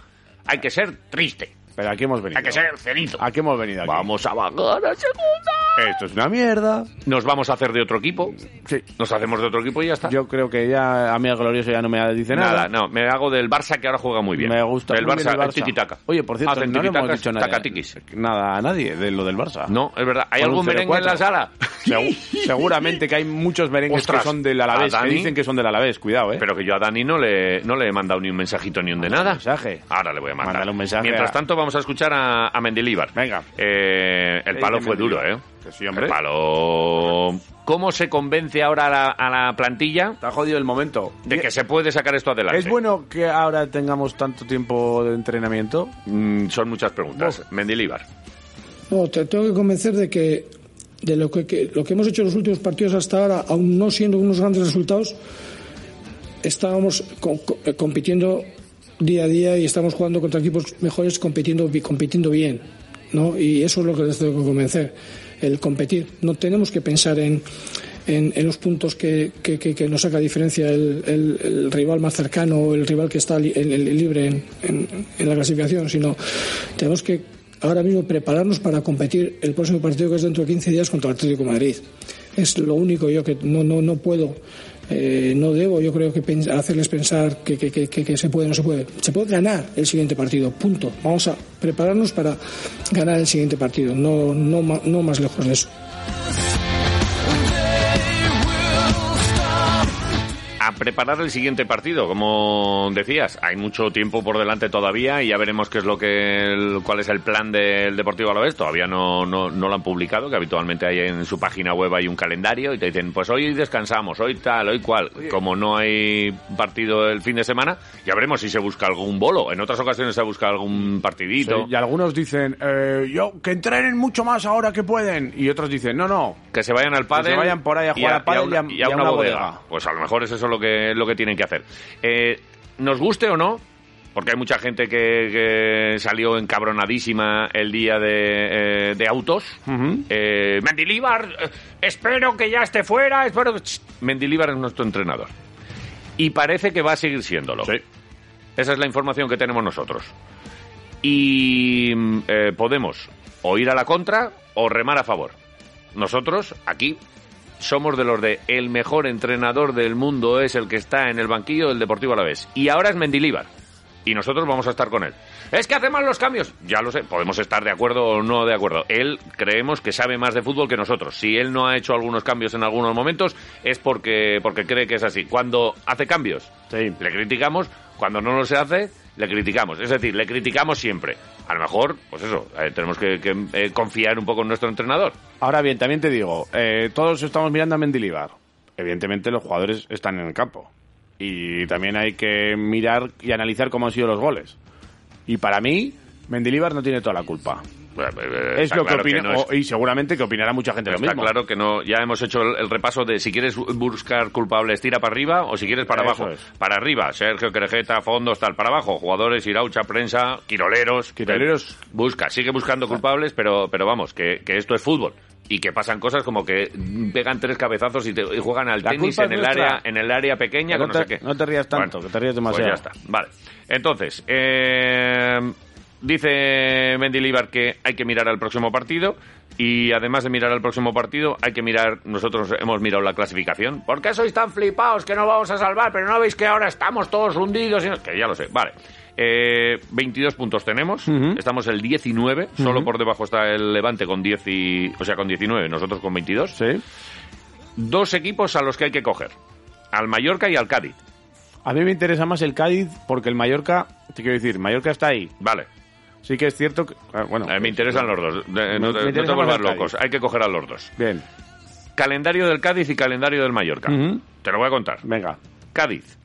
Hay que ser triste,
Pero aquí hemos venido.
hay que ser cenizo.
¿A qué hemos venido aquí?
Vamos a bajar a segunda.
Esto es una mierda.
Nos vamos a hacer de otro equipo.
Sí.
Nos hacemos de otro equipo y ya está.
Yo creo que ya a mí el glorioso ya no me dice nada.
Nada, no, me hago del Barça que ahora juega muy bien.
Me gusta
Del
muy bien
Barça,
el
el tiki-taka.
Oye, por cierto,
Hacen
no le hemos
tiki-takas,
dicho nada,
tacatiquis.
nada a nadie de lo del Barça.
No, es verdad. ¿Hay
Con
algún
un
merengue en
0-4.
la sala?
Segu- seguramente que hay muchos merengues
Ostras,
que son del Alavés,
¿a
que
Dani?
dicen que son del Alavés, cuidado, eh.
Pero que yo a Dani no le, no le he mandado ni un mensajito ni un de nada.
mensaje.
Ahora le voy a mandar.
Mándale un mensaje
Mientras
a-
tanto, vamos a escuchar a, a Mendilibar.
Venga.
Eh, el
Sí,
palo
que
fue duro,
Mendilibar.
¿eh?
Que sí, hombre.
El palo... ¿Cómo se convence ahora a la, a la plantilla
Está jodido el momento.
de que eh. se puede sacar esto adelante?
¿Es bueno que ahora tengamos tanto tiempo de entrenamiento?
Mm, son muchas preguntas. Mendilibar.
No, te tengo que convencer de que de lo que, que- lo que hemos hecho en los últimos partidos hasta ahora, aún no siendo unos grandes resultados, estábamos co- co- eh, compitiendo día a día y estamos jugando contra equipos mejores compitiendo bi- compitiendo bien, ¿no? Y eso es lo que les tengo que convencer, el competir. No tenemos que pensar en en, en los puntos que, que- que- que nos saca diferencia el, el- el rival más cercano o el rival que está li- el- el libre en- en- en la clasificación, sino tenemos que ahora mismo prepararnos para competir el próximo partido que es dentro de 15 días contra el Atlético de Madrid. Es lo único yo que no, no, no puedo, eh, no debo, yo creo que pens- hacerles pensar que, que, que, que- que se puede, no se puede. Se puede ganar el siguiente partido, punto. Vamos a prepararnos para ganar el siguiente partido, no, no, ma- no más lejos de eso.
a preparar el siguiente partido, como decías, hay mucho tiempo por delante todavía y ya veremos qué es lo que el- cuál es el plan del Deportivo Alavés. Todavía no, no, no lo han publicado, que habitualmente hay en su página web hay un calendario y te dicen, pues hoy descansamos, hoy tal, hoy cual. Como no hay partido el fin de semana, ya veremos si se busca algún bolo. En otras ocasiones se busca algún partidito.
y algunos dicen, eh, yo, que entrenen mucho más ahora que pueden. Y otros dicen, no, no.
Que se vayan al pádel.
se vayan por ahí a
y
jugar al pádel
y a, y a una bodega.
bodega.
Pues a lo mejor es eso lo que, lo que tienen que hacer. Eh, nos guste o no, porque hay mucha gente que, que salió encabronadísima el día de, eh, de autos. Eh, Mendilibar, eh, espero que ya esté fuera. Espero que... Ch, Mendilibar es nuestro entrenador. Y parece que va a seguir siéndolo. Esa es la información que tenemos nosotros. Y mm, eh, podemos o ir a la contra o remar a favor. Nosotros, aquí, somos de los de el mejor entrenador del mundo es el que está en el banquillo del Deportivo Alavés. Y ahora es Mendilíbar. Y nosotros vamos a estar con él. Es que hace mal los cambios. Ya lo sé, podemos estar de acuerdo o no de acuerdo. Él creemos que sabe más de fútbol que nosotros. Si él no ha hecho algunos cambios en algunos momentos es porque, porque cree que es así. Cuando hace cambios,
Sí.
le criticamos, cuando no lo se hace, le criticamos. Es decir, le criticamos siempre. A lo mejor, pues eso, eh, tenemos que, que, eh, confiar un poco en nuestro entrenador.
Ahora bien, también te digo, eh, todos estamos mirando a Mendilibar. Evidentemente los jugadores están en el campo. Y también hay que mirar y analizar cómo han sido los goles. Y para mí, Mendilibar no tiene toda la culpa.
eh,
es lo que opina,
opino
o- y seguramente que opinará mucha gente lo
Está
mismo.
claro que no, ya hemos hecho el, el repaso de si quieres bu- buscar culpables, tira para arriba o si quieres para
Eso
abajo.
es.
Para arriba, Sergio Querejeta, fondos, tal, para abajo, jugadores, Iraucha, prensa, quiroleros.
Quiroleros.
Eh, Busca, sigue buscando culpables, pero, pero vamos, que, que esto es fútbol. Y que pasan cosas como que pegan tres cabezazos y, te- y juegan al
La
tenis
culpa es
en el,
nuestra.
área, en el área pequeña.
No
con no,
te-
sé qué.
no te rías tanto, que te rías demasiado.
Pues ya está. Vale. Entonces, eh, dice Mendilibar que hay que mirar al próximo partido y además de mirar al próximo partido hay que mirar, nosotros hemos mirado la clasificación. ¿Por qué sois tan flipados que no vamos a salvar? Pero no veis que ahora estamos todos hundidos. y no- Que ya lo sé. Vale. Eh, 22 puntos tenemos, estamos el 19, solo por debajo está el Levante con 10 y, o sea, con 19, nosotros con 22
Sí.
dos equipos a los que hay que coger. Al Mallorca y al Cádiz.
A mí me interesa más el Cádiz porque el Mallorca, te quiero decir, Mallorca está ahí.
Vale.
Sí que es cierto que... ah, bueno,
Eh, me interesan los dos. De-
Me- me
no, te- no te
interesa más
vuelvas
el Cádiz.
locos. Hay que coger a los dos.
Bien,
Calendario del Cádiz y calendario del Mallorca.
Ujú.
Te lo voy a contar.
venga.
Cádiz.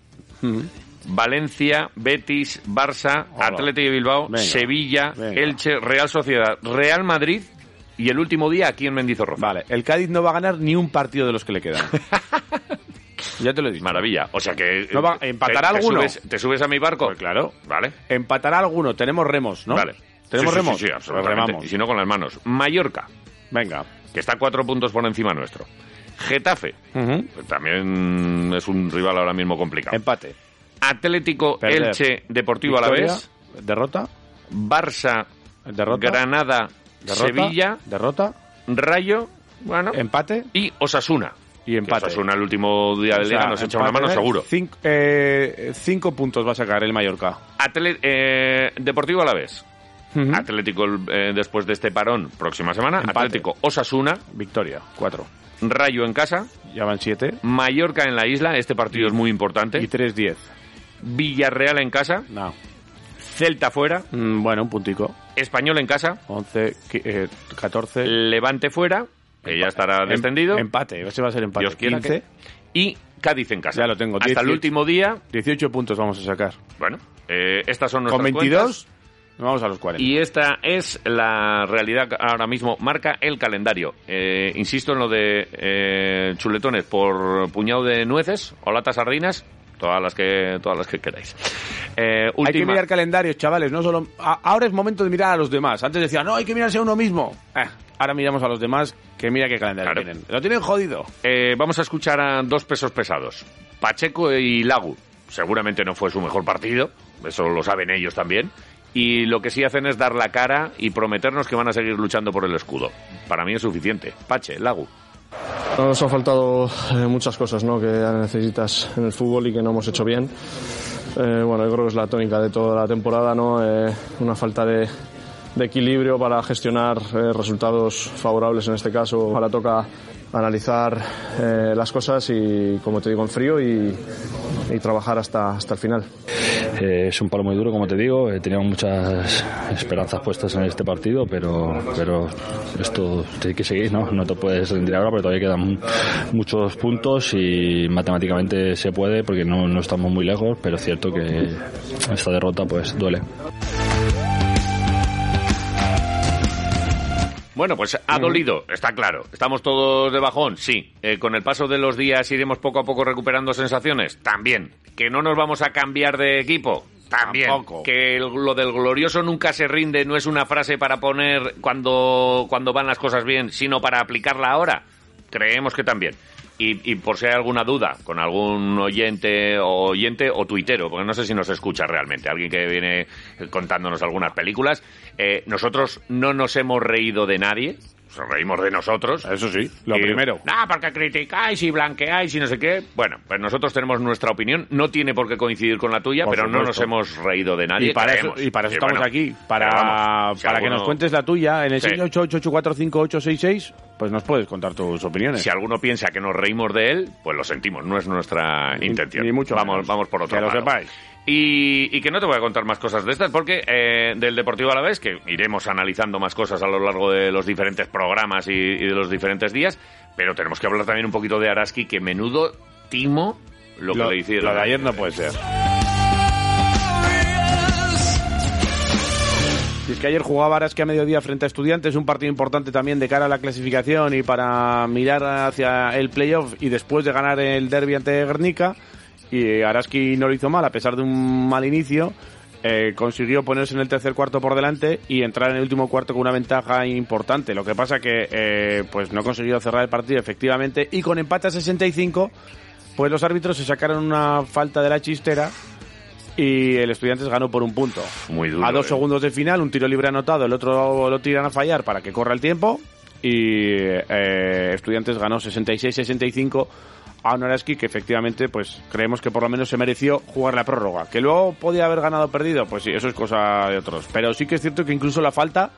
Valencia, Betis, Barça,
Hola.
Atleti de Bilbao,
Venga.
Sevilla,
Venga.
Elche, Real Sociedad, Real Madrid y el último día aquí en Mendizorroza.
Vale, el Cádiz no va a ganar ni un partido de los que le quedan. ya te lo he dicho.
Maravilla. O sea que... eh,
No va-
te-
¿empatará
te
alguno?
subes- ¿Te subes a mi barco? claro. Vale.
Pues Empatará alguno, tenemos remos, ¿no?
Vale.
¿Tenemos
Sí, sí,
remos?
Sí, sí,
Pues
absolutamente.
remamos.
Y si no, con las manos. Mallorca,
Venga.
que está cuatro puntos por encima nuestro. Getafe,
Ujú.
que también es un rival ahora mismo complicado.
Empate.
Em, Atlético,
Perder.
Elche, Deportivo a la
Victoria,
vez.
Derrota.
Barça,
Derrota.
Granada,
derrota,
Sevilla,
Derrota.
Rayo, bueno,
Empate.
y Osasuna.
Y empate.
Em, Que Osasuna el último día de
O sea,
liga nos echa una
empate,
mano
¿eh?
seguro.
Cinco, eh, cinco puntos va a sacar el Mallorca. Ah,
Atle- eh, Deportivo a la vez.
Ujú.
Atlético eh, después de este parón, próxima semana.
Empate.
Atlético, Osasuna,
Victoria, cuatro.
Rayo en casa,
Ya van siete.
Mallorca en la isla, este partido es muy importante.
Y tres, diez.
Villarreal en casa,
No.
Celta fuera,
Mm, bueno, un puntico.
Español en casa,
Once, qui- eh, catorce.
Levante fuera, que ya estará
Em-
descendido,
Empate, ese va a ser empate.
Dios quiera que-
15,
y Cádiz en casa.
Ya lo tengo,
Hasta
18.
el último día,
18 puntos vamos a sacar.
bueno, eh, estas son
Con
nuestras
22
cuentas,
nos vamos a los 40.
y esta es la realidad que ahora mismo, marca el calendario. Eh, insisto en lo de eh, chuletones por puñado de nueces o latas sardinas, todas las que todas las que queráis. Eh,
Hay que
última.
mirar calendarios, chavales, no solo... a- ahora es momento de mirar a los demás. Antes decía, no, hay que mirarse a uno mismo. Ah, ahora miramos a los demás, que mira qué calendario
Claro.
tienen. Lo tienen jodido.
Eh, vamos a escuchar a dos pesos pesados, Pacheco y Lagu. Seguramente no fue su mejor partido, eso lo saben ellos también. Y lo que sí hacen es dar la cara y prometernos que van a seguir luchando por el escudo. Para mí es suficiente. Pache, Lagu.
Nos han faltado eh, muchas cosas ¿no? que necesitas en el fútbol y que no hemos hecho bien. Eh, bueno, yo creo que es la tónica de toda la temporada, ¿no? Eh, una falta de, de equilibrio para gestionar eh, resultados favorables en este caso. Ahora toca analizar eh, las cosas y, como te digo, en frío y, y trabajar hasta, hasta el final.
Eh, es un palo muy duro, como te digo. Eh, teníamos muchas esperanzas puestas en este partido, pero, pero esto hay que seguir, ¿no? No te puedes rendir ahora, pero todavía quedan mu- muchos puntos y matemáticamente se puede porque no, no estamos muy lejos, pero es cierto que esta derrota pues duele.
Bueno, pues ha dolido, está claro. ¿Estamos todos de bajón? Sí. Eh, ¿Con el paso de los días iremos poco a poco recuperando sensaciones? También. ¿Que no nos vamos a cambiar de equipo? También.
Tampoco.
¿Que el- lo del glorioso nunca se rinde no es una frase para poner cuando, cuando van las cosas bien, sino para aplicarla ahora? Creemos que también. Y, y por si hay alguna duda con algún oyente o oyente o tuitero, porque no sé si nos escucha realmente, alguien que viene contándonos algunas películas, eh, nosotros no nos hemos reído de nadie, nos reímos de nosotros.
Eso sí, lo
Y,
primero.
Ah, porque criticáis y blanqueáis y no sé qué. Bueno, pues nosotros tenemos nuestra opinión, no tiene por qué coincidir con la tuya,
Por
pero no nos
supuesto.
hemos reído de nadie.
y para eso,
creemos.
y para eso
Y
estamos
bueno,
aquí, para,
pero vamos, si
para que
alguno-
nos cuentes la tuya en el
Sí.
688845866, pues nos puedes contar tus opiniones.
Si alguno piensa que nos reímos de él, pues lo sentimos, no es nuestra
Ni-
intención.
ni mucho
vamos,
menos.
vamos por otro
Que lo
lado.
sepáis.
Y, y que no te voy a contar más cosas de estas, porque eh, del Deportivo a la vez, que iremos analizando más cosas a lo largo de los diferentes programas y, y de los diferentes días, pero tenemos que hablar también un poquito de Araski, que menudo timo lo, que le hicieron.
lo de ayer no puede ser. Y es que ayer jugaba Arasque a mediodía frente a Estudiantes, un partido importante también de cara a la clasificación y para mirar hacia el playoff y después de ganar el derby ante Guernica. Y Araski no lo hizo mal, a pesar de un mal inicio. eh, consiguió ponerse en el tercer cuarto por delante y entrar en el último cuarto con una ventaja importante. Lo que pasa que eh, pues no consiguió cerrar el partido efectivamente y con empate a 65 pues los árbitros se sacaron una falta de la chistera y el Estudiantes ganó por un punto.
Muy duro,
A dos
eh.
segundos de final, un tiro libre anotado, el otro lo tiran a fallar para que corra el tiempo y eh, Estudiantes ganó 66-65 a Honoraski que efectivamente pues creemos que por lo menos se mereció jugar la prórroga. Que luego podía haber ganado o perdido, pues sí, eso es cosa de otros. Pero sí que es cierto que incluso la falta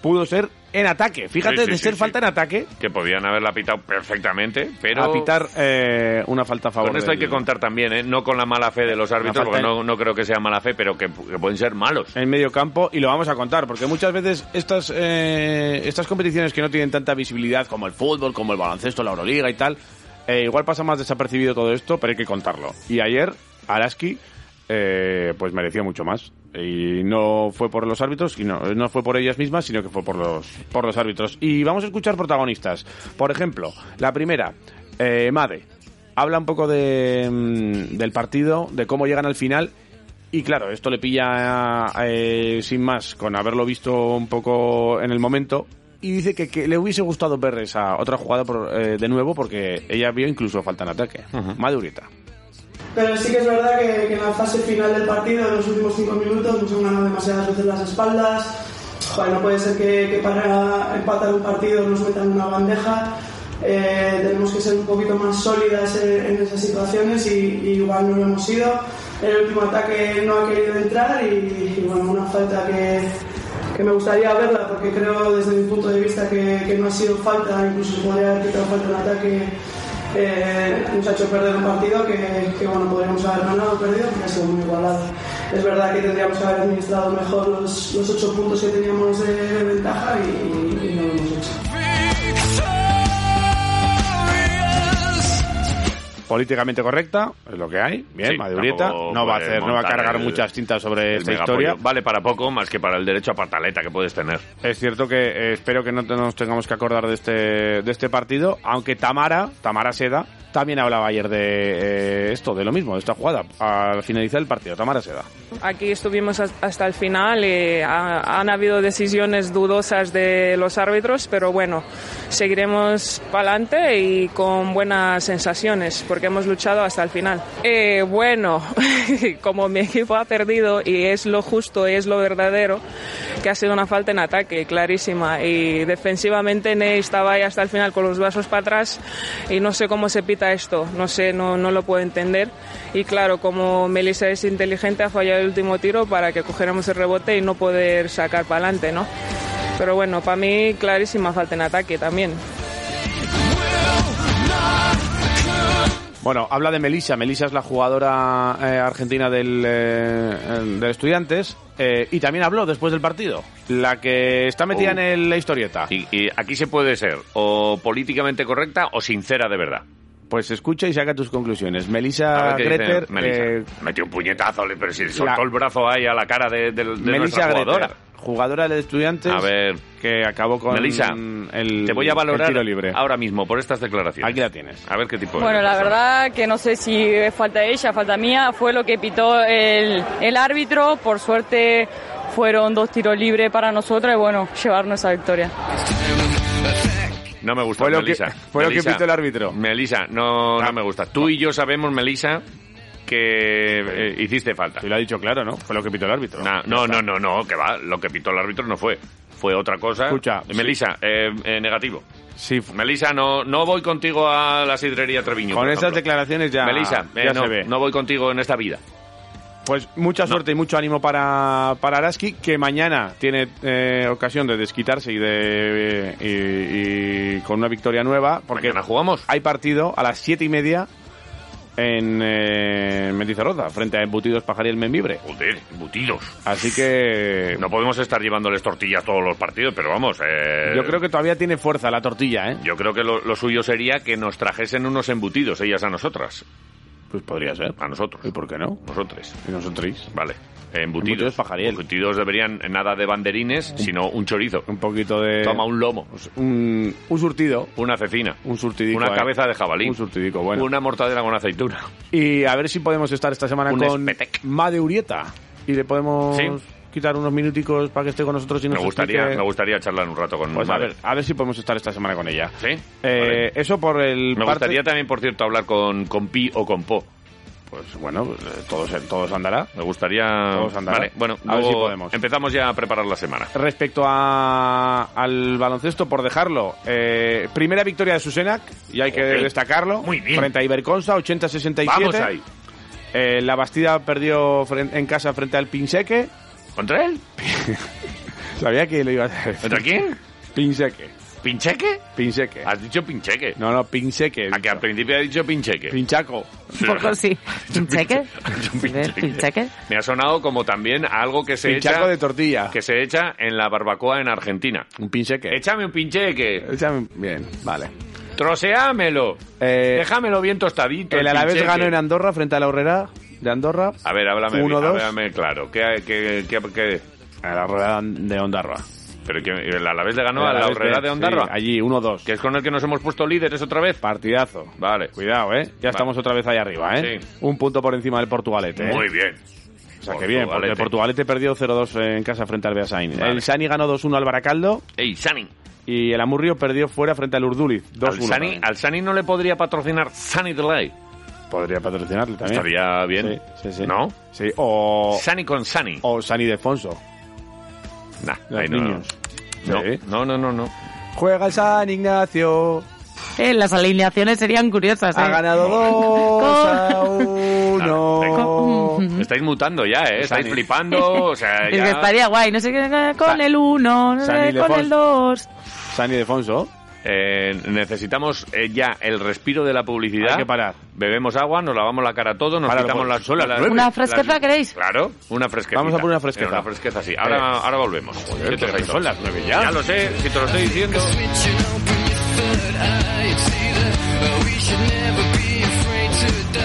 pudo ser en ataque. Fíjate,
Sí, sí,
de
sí,
ser
sí.
falta en ataque,
Que podían haberla pitado perfectamente, pero...
a pitar eh, una falta a favor.
Con esto hay
del-
que contar también, ¿eh? No con la mala fe de los árbitros,
falta
porque
en-
no, no creo que sea mala fe, pero que, que pueden ser malos.
en medio campo y lo vamos a contar porque muchas veces estas eh, estas competiciones que no tienen tanta visibilidad como el fútbol como el baloncesto la euroliga y tal eh, igual pasa más desapercibido todo esto pero hay que contarlo y ayer Araski eh, pues mereció mucho más y no fue por los árbitros y no, no fue por ellas mismas sino que fue por los por los árbitros y vamos a escuchar protagonistas por ejemplo la primera eh, Made habla un poco de, mm, del partido de cómo llegan al final y claro, esto le pilla eh, sin más con haberlo visto un poco en el momento. Y dice que, que le hubiese gustado ver esa otra jugada por- eh, de nuevo porque ella vio incluso falta en ataque. Madurita.
Pero sí que es verdad que, que en la fase final del partido, en los últimos cinco minutos, nos han ganado demasiadas veces las espaldas. Joder, no puede ser que, que para empatar un partido nos metan una bandeja. Eh, tenemos que ser un poquito más sólidas en, en esas situaciones y, y igual no lo hemos sido. El último ataque no ha querido entrar y, y bueno, una falta que, que me gustaría verla porque creo desde mi punto de vista que, que no ha sido falta, incluso se podría haber quitado falta en ataque eh, nos ha hecho perder un partido que, que, bueno, podríamos haber ganado o perdido porque ha sido muy igualado. Es verdad que tendríamos que haber administrado mejor los, los ocho puntos que teníamos de ventaja y- y- y no lo hemos hecho.
Políticamente correcta, es lo que hay. Bien,
Sí,
Madurita.
tampoco
No va a
puede
hacer, no va a
montar
cargar
el-
muchas tintas sobre
El
esta
megapollo.
historia.
Este Vale para poco, más que para el derecho a pataleta que puedes tener.
Es cierto que eh, espero que no te- nos tengamos que acordar de este, de este partido, aunque Tamara, Tamara Seda, también hablaba ayer de eh, esto, de lo mismo, de esta jugada, al finalizar el partido. Tamara Seda.
Aquí estuvimos has- hasta el final y ha- han habido decisiones dudosas de los árbitros, pero bueno, seguiremos para adelante y con buenas sensaciones porque hemos luchado hasta el final. Eh, bueno, como mi equipo ha perdido y es lo justo, es lo verdadero, que ha sido una falta en ataque, clarísima, y defensivamente Ney estaba ahí hasta el final con los brazos para atrás y no sé cómo se pita esto, no sé, no, no lo puedo entender. Y claro, como Melissa es inteligente, ha fallado el último tiro para que cogiéramos el rebote y no poder sacar para adelante, ¿no? Pero bueno, para mí clarísima falta en ataque también.
Bueno, habla de Melissa. Melissa es la jugadora eh, argentina del, eh, eh, del Estudiantes. eh, y también habló después del partido. La que está metida
Oh.
en el- la historieta.
Y, y aquí se puede ser o políticamente correcta o sincera de verdad.
Pues escucha y saca tus conclusiones.
A
Melissa
ver qué dice
Ah, Greter.
Melissa.
eh,
Metió un puñetazo, le- pero si
la-
soltó el brazo ahí a la cara de, de- de nuestra
Melissa
jugadora.
Greter, jugadora del Estudiantes.
A ver,
Que acabó con
Melissa,
el,
te voy a
el
valorar
tiro libre.
ahora mismo por estas declaraciones.
Aquí la tienes.
A ver qué tipo
Bueno,
de
la
persona.
verdad que no sé si es falta de ella, falta mía, fue lo que pitó el, el árbitro, por suerte fueron dos tiros libres para nosotros y bueno, llevarnos a victoria.
No me gusta,
Fue lo que-
Melissa.
fue lo que
Melissa,
pitó el árbitro.
Melissa, no, no me gusta. Tú y yo sabemos, Melissa, que eh, hiciste falta.
Y lo ha dicho claro, ¿no? Fue lo que pitó el árbitro.
Na- no, no, no, no, que va. Lo que pitó el árbitro no fue. Fue otra cosa.
Escucha,
Eh, Melissa, eh, eh, negativo.
Sí, fu-
Melissa, no, no voy contigo a la sidrería Treviño.
con
por
esas
ejemplo.
declaraciones ya,
Melissa, eh,
ya
no,
se ve.
no voy contigo en esta vida.
Pues mucha suerte y mucho ánimo para, para Araski, que mañana tiene eh, ocasión de desquitarse y de y, y con una victoria nueva, porque
Mañana jugamos.
hay partido a las siete y media en eh, Mendizorroza, frente a Embutidos Pajariel Membibre.
Joder, embutidos.
Así que
Eh, No podemos estar llevándoles tortillas todos los partidos, pero vamos. eh,
yo creo que todavía tiene fuerza la tortilla, ¿eh?
Yo creo que lo, lo suyo sería que nos trajesen unos embutidos ellas a nosotras.
Pues podría ser.
A nosotros.
¿Y por qué no?
Nosotros.
Y nosotros.
Vale. Embutidos. Embutidos deberían eh, nada de banderines, sino un chorizo.
Un poquito de...
Toma un lomo.
Un, un surtido.
Una cecina.
Un surtidico.
Una
eh.
cabeza de jabalí.
Un surtidico, bueno.
Una mortadela con aceituna.
Y a ver si podemos estar esta semana
Un
con
espetec.
Made Urieta. Y le podemos
Sí.
quitar unos minuticos para que esté con nosotros y
Me
nos
gustaría,
explique-
me gustaría charlar un rato con
Pues a
Mabel.
ver, a ver si podemos estar esta semana con ella.
Sí.
Eh,
Vale.
Eso por el
Me
parte-
gustaría también, por cierto, hablar con, con Pi o con Po.
Pues bueno, pues, eh, todos, todos andará.
Me gustaría...
Todos andará.
Vale, bueno,
A ver
luego
si podemos.
empezamos ya a preparar la semana.
Respecto a- al baloncesto, por dejarlo, eh, primera victoria de Susenac, y hay que
Ok.
destacarlo,
Muy bien.
frente a Iberconsa, 80-67.
Vamos ahí.
Eh, la Bastida perdió fren- en casa frente al Pinseque.
¿Contra él?
Sabía que lo iba a hacer.
¿Contra quién?
Pinseque.
¿Pincheque?
Pinseque.
Has dicho pincheque.
No, no, Pinseque.
A que al principio ha dicho pincheque.
Pinchaco.
Un poco sí. ¿Pincheque? ¿Pincheque?
Me ha sonado como también a algo que se
Pinchaco
echa
de tortilla.
que se echa en la barbacoa en Argentina.
Un Pinseque.
Échame un pincheque.
Échame- Bien, vale.
Troceámelo.
Eh,
Déjamelo bien tostadito.
El Alavés
pincheque.
ganó en Andorra frente a la Horrera de Andorra.
A ver, háblame,
Uno, dos.
háblame claro. ¿Qué, qué, qué, qué-
A la Horrera de Ondarroa.
pero que el Alavés le ganó
El
a la
Alavés
Horrera
de-
de Ondarroa?
sí, allí, 1-2.
Que es con el que nos hemos puesto líderes otra vez.
Partidazo.
Vale.
Cuidado, ¿eh? Ya estamos otra vez ahí arriba, ¿eh?
Sí.
Un punto por encima del Portugalete. ¿eh?
Muy bien.
O sea, que bien. porque El Portugalete perdió 0-2 en casa frente al Beasain.
Vale.
El Sani ganó 2-1 al Baracaldo
Ey, Sani.
y el Amurrio perdió fuera frente al Urduliz. 2-1.
Al Sani,
también.
al Sani no le podría patrocinar Sunny Delay.
Podría patrocinarle también.
Estaría bien.
Sí, sí, sí.
¿No?
Sí, o,
Sani con Sani.
o Sani Defonso.
Nah,
Los
ahí no,
niños.
No,
Sí.
no, no, no, no.
Juega el San Ignacio.
Eh, las alineaciones serían curiosas,
Ha
¿eh?
ganado 2 a 1.
Ujú.
Estáis mutando ya, ¿eh? Estáis
Sani.
flipando, o sea,
Mm. Es que
ya...
estaría guay, no sé qué, con el 1,
Eh, San
con
Ildefonso.
el 2.
Sani Defonso.
Eh, necesitamos eh, ya el respiro de la publicidad.
Hay que parar.
Bebemos agua, nos lavamos la cara todos, nos
Para,
quitamos
por-
las
son las
las-
nueve.
¿Una fresqueza
las-
queréis?
Claro, una fresqueza.
Vamos a por una fresqueza.
Una fresqueza, sí. Ahora,
Eh.
ahora volvemos. ¿Qué te
pero
has
son
ido?
las nueve ya.
Ya lo sé, si te lo estoy diciendo.
Switching open your third eye. It's either we should never be afraid to die.